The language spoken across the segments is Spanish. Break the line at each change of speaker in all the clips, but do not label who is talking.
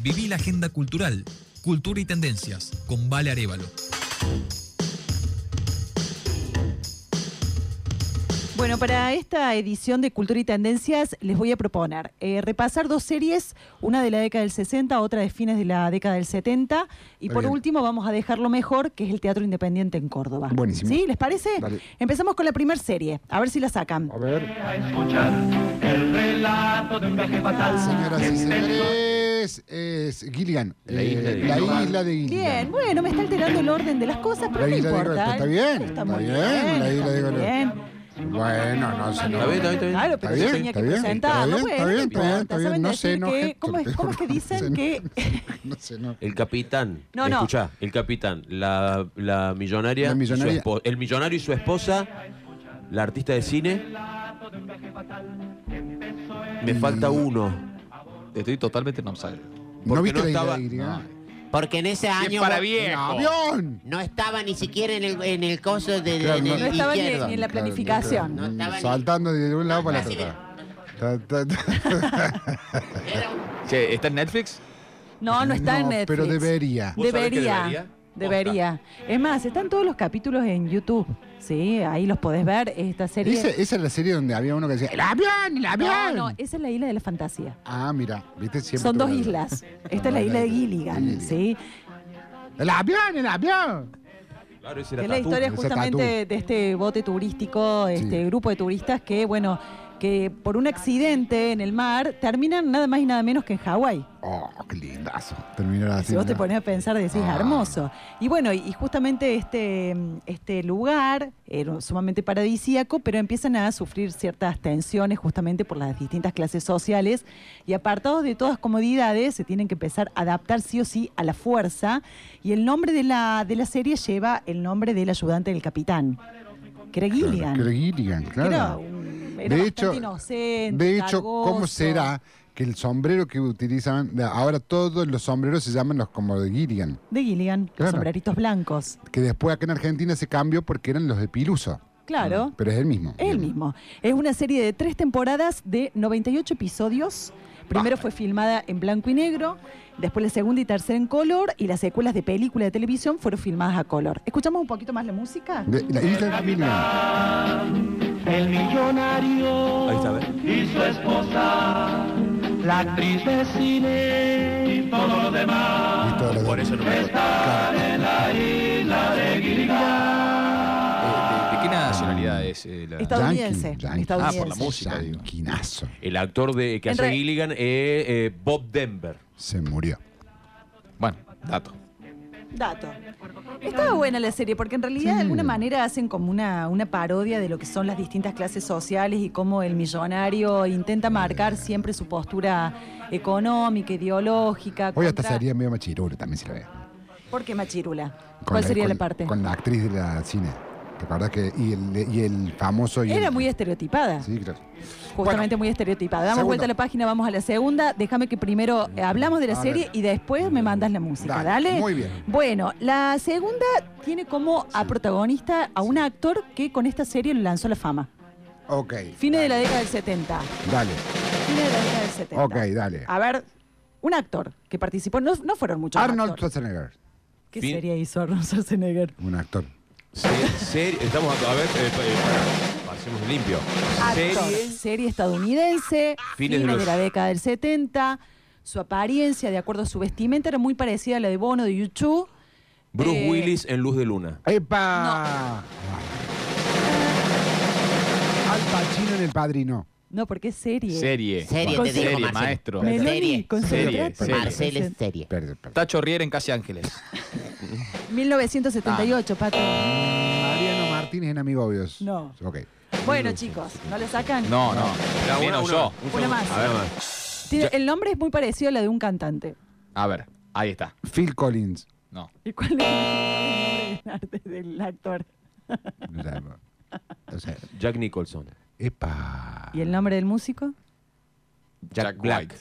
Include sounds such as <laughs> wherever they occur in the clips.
Viví la agenda cultural, cultura y tendencias con Vale Arevalo.
Bueno, para esta edición de Cultura y Tendencias les voy a proponer eh, repasar dos series, una de la década del 60, otra de fines de la década del 70 y
Muy
por
bien.
último vamos a dejar lo mejor, que es el Teatro Independiente en Córdoba.
Buenísimo.
¿Sí? ¿Les parece?
Dale. Ah,
Empezamos con la primera serie, a ver si la sacan.
A ver,
a escuchar el relato de un viaje fatal.
señoras y señores, es Gilligan. eh,
La isla de
la
Gilligan.
isla de Gilligan.
Bien, bueno, me está alterando el orden de las cosas, pero
La
no
isla de
importa. ¿eh?
Gorka, está bien, está
muy
bien, la
está
isla
muy
de Gorka.
bien.
Bueno, no, señor.
Está bien, está bien, está bien.
Claro, pero
Está
yo
bien,
tenía que
está bien, está
presentarlo.
bien, está
Bueno,
bien, está
no
bien,
importa,
está bien,
saben
no
decir
se enoje,
que- ¿Cómo es
porque
cómo es que
no <laughs> se
dicen
enoje.
que
No sé, no.
El capitán.
No, no.
Escuchá, el capitán, la, la millonaria,
La millonaria.
su espo- el millonario y su esposa, la artista de cine.
Mm.
Me falta uno.
Estoy totalmente en offside.
¿No
Porque
viste
no
la isla
estaba-
de Gilligan?
Porque en ese año
para
vos-
viejo.
¡Avión!
no estaba ni siquiera en el, en el coso de, de-
Claro,
en
no-
el
no estaba ni
izquierdo.
en la
Claro,
planificación.
no,
No estaba ni-
Saltando de un lado para
Así que-
otro. Ta, ta, ta.
Era un-
Che, ¿está en Netflix?
No, no está en
No,
Netflix.
Pero debería.
¿Vos sabés que
Debería.
debería?
Debería. Es más, están todos los capítulos en YouTube. Sí, ahí los podés ver. Esta serie.
Esa, esa es la serie donde había uno que decía, ¡el avión! ¡El
no,
avión!
no, esa es la isla de la fantasía.
Ah, mira, viste siempre.
Son dos
tuve la-
islas. Esta es la isla de Gilligan, ¿sí?
¡El avión! ¡El avión!
Claro, ese era
Que es la
Tatú.
historia
Ese
justamente de este bote turístico, este
Sí.
grupo de turistas que, bueno, que por un accidente en el mar terminan nada más y nada menos que en Hawái.
¡Oh, qué lindazo! Terminar así.
Si vos te
mirá.
pones a pensar, decís,
Ah.
hermoso. Y bueno, y- y justamente este, mm, este lugar era sumamente paradisíaco, pero empiezan a sufrir ciertas tensiones justamente por las distintas clases sociales y apartados de todas comodidades, se tienen que empezar a adaptar sí o sí a la fuerza. Y el nombre de la, de la serie lleva el nombre del ayudante del capitán, que era
Claro,
Gillian.
que era Gilligan,
que era
claro.
un- era
De
bastante
hecho,
inocente,
de hecho, ¿cómo
cargoso.
será que el sombrero que utilizaban, ahora todos los sombreros se llaman los como de Gilligan?
De Gillian, los
Claro.
sombreritos blancos.
Que después acá en Argentina se cambió porque eran los de Piluso.
Claro.
Pero es el mismo.
El mismo. Es una serie de tres temporadas de 98 episodios. Primero fue filmada en blanco y negro, después la segunda y tercera en color y las secuelas de película de televisión fueron filmadas a color. ¿Escuchamos un poquito más la música?
De- la isla de Gilligan.
El millonario
Ahí está, a ver.
y su esposa, la actriz de cine y todo lo demás.
Y
Ah,
todos los demás.
no me acuerdo.
Eh, ¿De, de qué nacionalidad es? eh, la-
Está- Estadounidense, estadounidense.
Ah, por la música, digo.
Yanquinazo.
El actor de, que
En
hace
re-
Gilligan es eh, Bob Denver.
Se murió.
Bueno, dato.
Dato. Estaba buena la serie porque en realidad de alguna manera hacen como una, una parodia de lo que son las distintas clases sociales y cómo el millonario intenta marcar siempre su postura económica, ideológica.
Hoy hasta
contra-
sería medio machiruro también si lo veo.
¿Por qué Machirula? ¿Cuál sería la parte?
Con la actriz de la cine. ¿Te acuerdas que.? Y el, y el famoso. y
Era
el-
muy estereotipada.
Sí, claro.
Justamente muy estereotipada. Damos
segundo.
vuelta a la página, vamos a la segunda. Déjame que primero eh, hablamos de la
A
serie
ver.
y después me mandas la música, dale.
Muy bien.
Bueno, la segunda tiene como a protagonista a un actor que con esta serie lo lanzó a la fama.
Ok.
Fines de la década del 70.
Dale.
Fines de la década del 70.
Ok, dale.
A ver, un actor que participó, no, no fueron muchos.
Arnold
actores.
Schwarzenegger.
¿Qué
Fin-
serie hizo Arnold Schwarzenegger?
Un actor.
Se- serie- estamos acá, a ver, eh, pa- eh, para, pasemos limpio.
Actor,
Serie,
serie estadounidense, fines,
Fines de
de,
los-
la década del 70. Su apariencia, de acuerdo a su vestimenta, era muy parecida a la de Bono de YouTube.
Bruce
Eh,
Willis en Luz de Luna.
¡Epa! Al Pacino en el padrino.
No, porque es serie.
Serie.
Serie,
Bueno,
te digo,
serie,
Marcelo.
maestro.
Meloni,
Serie.
concentrate.
Serie,
Marcel es serie.
Perdón, perdón.
Tacho Riera en Casi Ángeles.
1978, Pato.
Ah, Mariano Martínez en Amigo Obvios.
No.
Ok.
Bueno, chicos, ¿no lo sacan?
No, no.
Era
Menos
una,
yo.
una, un
Una
segundo.
más.
A ver, más.
Tiene- el nombre es muy parecido a la de un cantante.
A ver, ahí está.
Phil Collins.
No.
¿Y cuál es el nombre del arte del actor? <laughs>
O sea, o sea,
Jack Nicholson.
epa.
¿Y el nombre del músico?
Jack, Black.
White.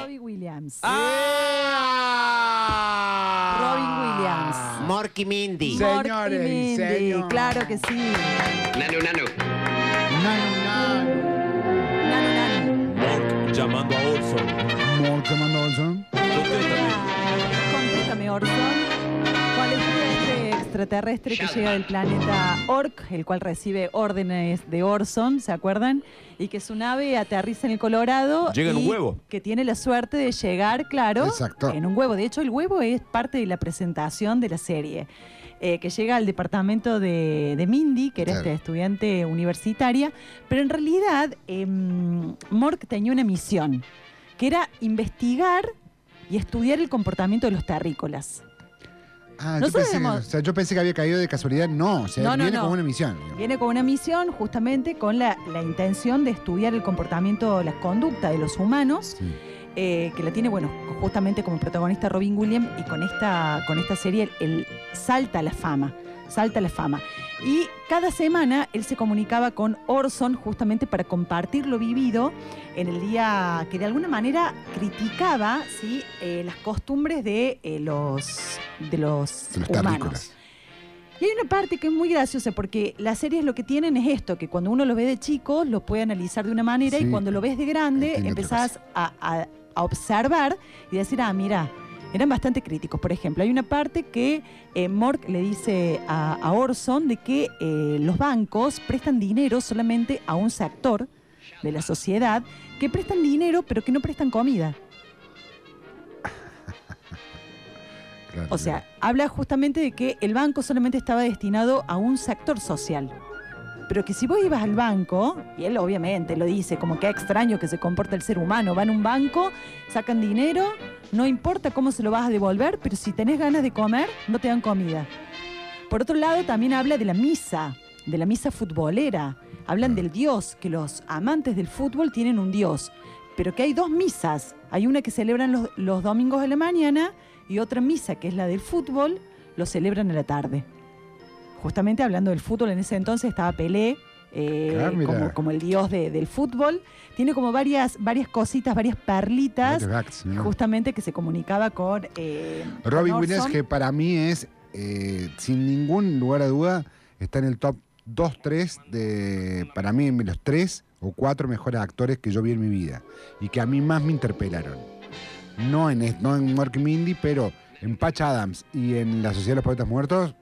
Robbie Williams.
¡Ah!
Robin Williams.
Morky Mindy.
Señores
Mork
y
y Mindy,
señores.
Claro que sí.
Nano, nano.
Nano, nano.
Mark llamando a Orson.
Mort llamando a Bolsón.
Contéstame.
Contéstame, Orson. ¿Cuál es este extraterrestre que llega del planeta Orc, el cual recibe órdenes de Orson, ¿se acuerdan? Y que su nave aterriza en el Colorado.
Llega en un
y
huevo.
Que tiene la suerte de llegar, claro,
Exacto.
en un huevo. De hecho, el huevo es parte de la presentación de la serie. eh, que llega al departamento de, de Mindy, que era
Claro.
esta estudiante universitaria, pero en realidad em, Mork tenía una misión, que era investigar y estudiar el comportamiento de los terrícolas.
Ah, yo
Nosotros
pensé, que,
hemos-
o sea, yo pensé que había caído de casualidad. No, o sea,
No, no,
viene
no.
como una misión. digamos.
Viene con una misión justamente con la, la intención de estudiar el comportamiento, la conducta de los humanos,
Sí.
eh, que la tiene, bueno, justamente como protagonista Robin Williams y con esta, con esta serie él salta a la fama, salta a la fama. Y cada semana él se comunicaba con Orson justamente para compartir lo vivido en el día que de alguna manera criticaba ¿sí? eh, las costumbres de, eh, los, de los,
De los
humanos.
terrícolas.
Y hay una parte que es muy graciosa porque las series lo que tienen es esto, que cuando uno lo ve de chico lo puede analizar de una manera y
Sí.
cuando lo ves de grande
Entiende otra
empezás a, a- a observar y decir, ah, mira, eran bastante críticos. Por ejemplo, hay una parte que eh, Mork le dice a, a Orson de que eh, los bancos prestan dinero solamente a un sector de la sociedad que prestan dinero pero que no prestan comida.
Claro,
O sea, habla justamente de que el banco solamente estaba destinado a un sector social. Pero que si vos ibas al banco, y él obviamente lo dice, como que extraño que se comporta el ser humano, van a un banco, sacan dinero, no importa cómo se lo vas a devolver, pero si tenés ganas de comer, no te dan comida. Por otro lado, también habla de la misa, de la misa futbolera.
Ah.
Hablan del Dios, que los amantes del fútbol tienen un Dios, pero que hay dos misas. Hay una que celebran los, los domingos de la mañana y otra misa, que es la del fútbol, lo celebran a la tarde. Justamente hablando del fútbol, en ese entonces estaba Pelé. eh,
Ah, mira.
como, como el dios de- del fútbol, tiene como varias, varias cositas, varias perlitas,
varios gags, ¿no?
justamente que se comunicaba con eh, con
Robin Williams,
Orson.
que para mí es, eh, sin ningún lugar a duda, está en el top 2, 3 de, para mí, en los 3 o 4 mejores actores que yo vi en mi vida y que a mí más me interpelaron. No en, es- no en Mark Mindy, pero en Patch Adams y en La Sociedad de los Poetas Muertos,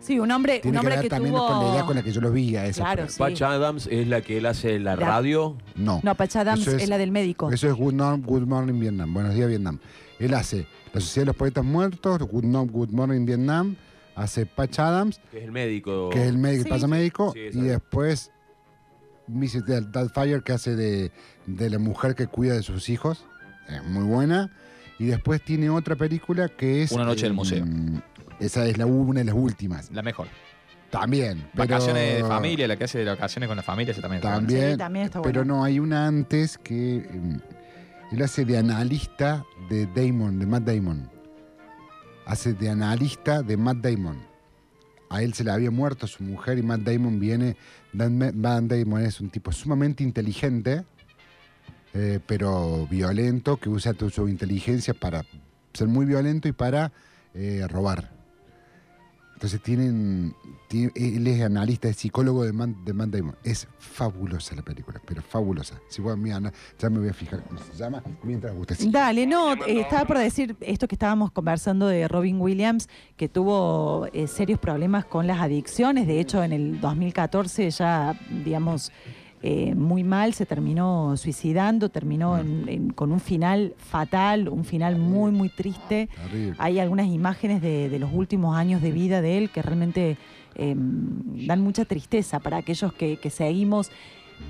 Sí, un hombre, un
tiene que
hombre
ver
que,
también
tuvo...
con la edad con la que yo los vi a esos.
Claro,
pero-
sí.
Patch Adams es la que él hace la
La-
radio.
No.
No, Patch Adams
Eso
es,
es-
la del médico.
Eso es Good, Norm- Good Morning Vietnam. Buenos días, Vietnam. Él hace La Sociedad de los Poetas Muertos, Good, Norm- Good Morning Vietnam, hace Patch Adams,
Que es el médico.
que es el médico,
Sí.
pasa médico,
Sí,
y
exacto.
después Mrs. Dad- Doubtfire, que hace de, de la mujer que cuida de sus hijos. Es muy buena. Y después tiene otra película que es.
Una noche del
em,
museo.
Esa es la, u- una de las últimas.
La mejor.
También. Pero,
Vacaciones de familia, la que hace de vacaciones con la familia, esa también. está buena.
También,
Sí, también está
pero
buena.
no, hay una antes que em, él hace de analista de Damon, de Matt Damon. Hace de analista de Matt Damon. A él se le había muerto su mujer y Matt Damon viene. Dan- Matt Damon es un tipo sumamente inteligente, eh, pero violento, que usa tu- su inteligencia para ser muy violento y para eh, robar. Entonces tienen, tiene- él es analista, es psicólogo de Man, de Matt Damon. Es fabulosa la película, pero fabulosa. Si vos mira, na- ya me voy a fijar cómo se llama mientras usted sigue.
Dale, no, eh, estaba por decir esto que estábamos conversando de Robin Williams, que tuvo eh, serios problemas con las adicciones. De hecho, en el 2014 ya, digamos, eh, muy mal, se terminó suicidando,
Mm.
terminó en- en- con un final fatal, un final muy, muy triste.
Terrible.
Hay algunas imágenes de, de los últimos años de vida de él que realmente eh, dan mucha tristeza para aquellos que, que seguimos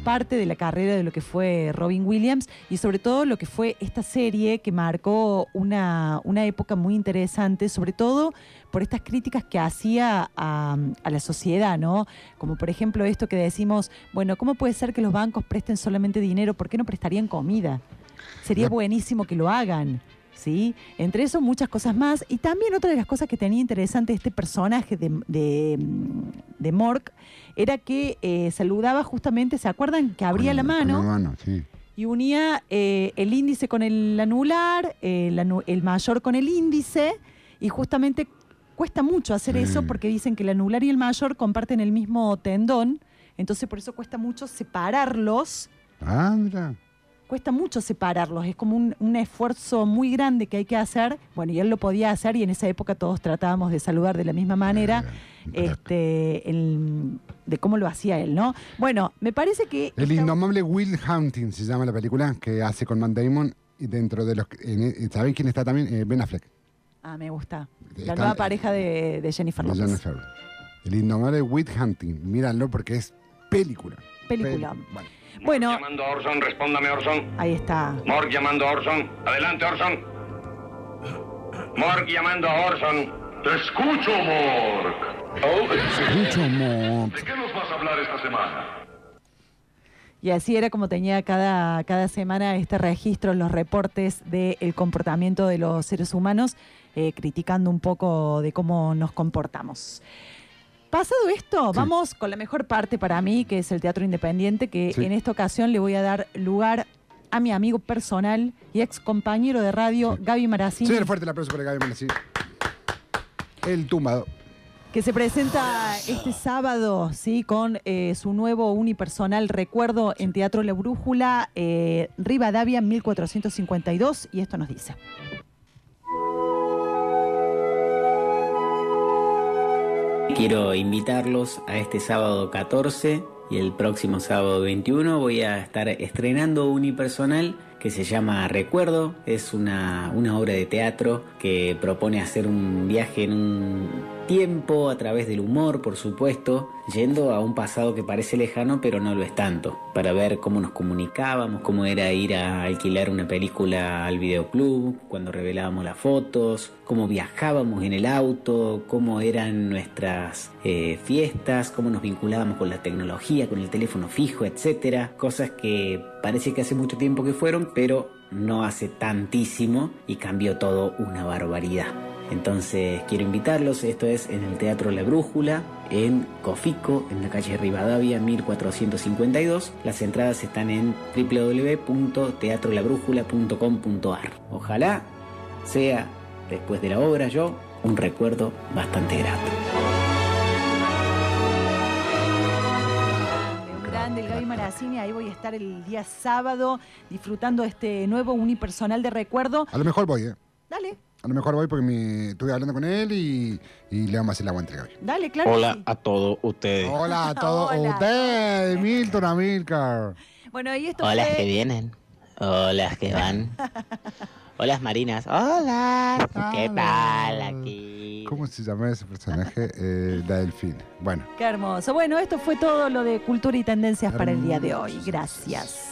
parte de la carrera de lo que fue Robin Williams y sobre todo lo que fue esta serie que marcó una, una época muy interesante, sobre todo por estas críticas que hacía a, a la sociedad, ¿no? Como por ejemplo esto que decimos, bueno, ¿cómo puede ser que los bancos presten solamente dinero? ¿Por qué no prestarían comida? Sería
La-
buenísimo que lo hagan. ¿sí? Entre eso, muchas cosas más. Y también otra de las cosas que tenía interesante este personaje de, de, mm, de Mork era que eh, saludaba justamente, ¿se acuerdan? Que abría
Con
la
el- con
mano
la mano, sí.
y unía eh, el índice con el anular, el, anu- el mayor con el índice, y justamente cuesta mucho hacer
Sí.
eso porque dicen que el anular y el mayor comparten el mismo tendón, entonces por eso cuesta mucho separarlos
Ah, mira.
Cuesta mucho separarlos, es como un, un esfuerzo muy grande que hay que hacer. Bueno, y él lo podía hacer y en esa época todos tratábamos de saludar de la misma manera,
Claro.
este, el- de cómo lo hacía él, ¿no? Bueno, me parece que...
El
esta-
indomable Will Hunting se llama la película que hace con Matt Damon y dentro de los... que- en- ¿Sabéis quién está también? Eh, ben Affleck.
Ah, me gusta. La
Está-
nueva pareja de, de Jennifer
de
López.
Jonah Ferro. El indomable Will Hunting. Míralo porque es película.
Película.
Pel- bueno.
Bueno,
Llamando a Orson, respóndame Orson.
ahí está.
Morg llamando a Orson. Adelante Orson. Morg llamando a Orson. Te escucho, Morg.
Mucho amor.
¿De Oh, qué nos vas a hablar esta semana?
Y así era como tenía cada, cada semana este registro, los reportes del comportamiento de los seres humanos, eh, criticando un poco de cómo nos comportamos. Pasado esto,
Sí.
vamos con la mejor parte para mí, que es el teatro independiente, que
Sí.
en esta ocasión le voy a dar lugar a mi amigo personal y ex compañero de radio, Gaby Maracini.
Señor, fuerte el aplauso para Gaby Manasí. El tumbado.
que se presenta este sábado, sí, con eh, su nuevo unipersonal Recuerdo en Teatro La Brújula, eh, Rivadavia 1452, y esto nos dice.
Quiero invitarlos a este sábado 14 y el próximo sábado 21 voy a estar estrenando unipersonal que se llama Recuerdo. Es una, una obra de teatro que propone hacer un viaje en un tiempo a través del humor, por supuesto, yendo a un pasado que parece lejano pero no lo es tanto, para ver cómo nos comunicábamos, cómo era ir a alquilar una película al videoclub, cuando revelábamos las fotos, cómo viajábamos en el auto, cómo eran nuestras eh, fiestas, cómo nos vinculábamos con la tecnología, con el teléfono fijo, etcétera, cosas que parece que hace mucho tiempo que fueron, pero no hace tantísimo y cambió todo una barbaridad. Entonces quiero invitarlos, esto es en el Teatro La Brújula, en Cofico, en la calle Rivadavia 1452. Las entradas están en www.teatrolabrújula.com.ar. Ojalá sea, después de la obra yo, un recuerdo bastante grato.
Un grande, el Gaby Maracini, ahí voy a estar el día sábado disfrutando este nuevo unipersonal de Recuerdo.
A lo mejor voy, ¿eh?
Dale,
A lo mejor voy porque me estuve hablando con él y, y le vamos a hacer la aguante, Gaby.
dale, claro. que sí.
a todos ustedes.
<laughs>
Hola a todos
Hola.
ustedes, Milton Amilcar.
Bueno, y esto
Hola
fue-
que vienen. Hola que van. Hola Marinas. Hola. ¿Qué
Hola.
tal aquí?
¿Cómo se llama ese personaje? Eh, la delfina. Bueno.
Qué hermoso. Bueno, esto fue todo lo de cultura y tendencias para el día de hoy. Gracias.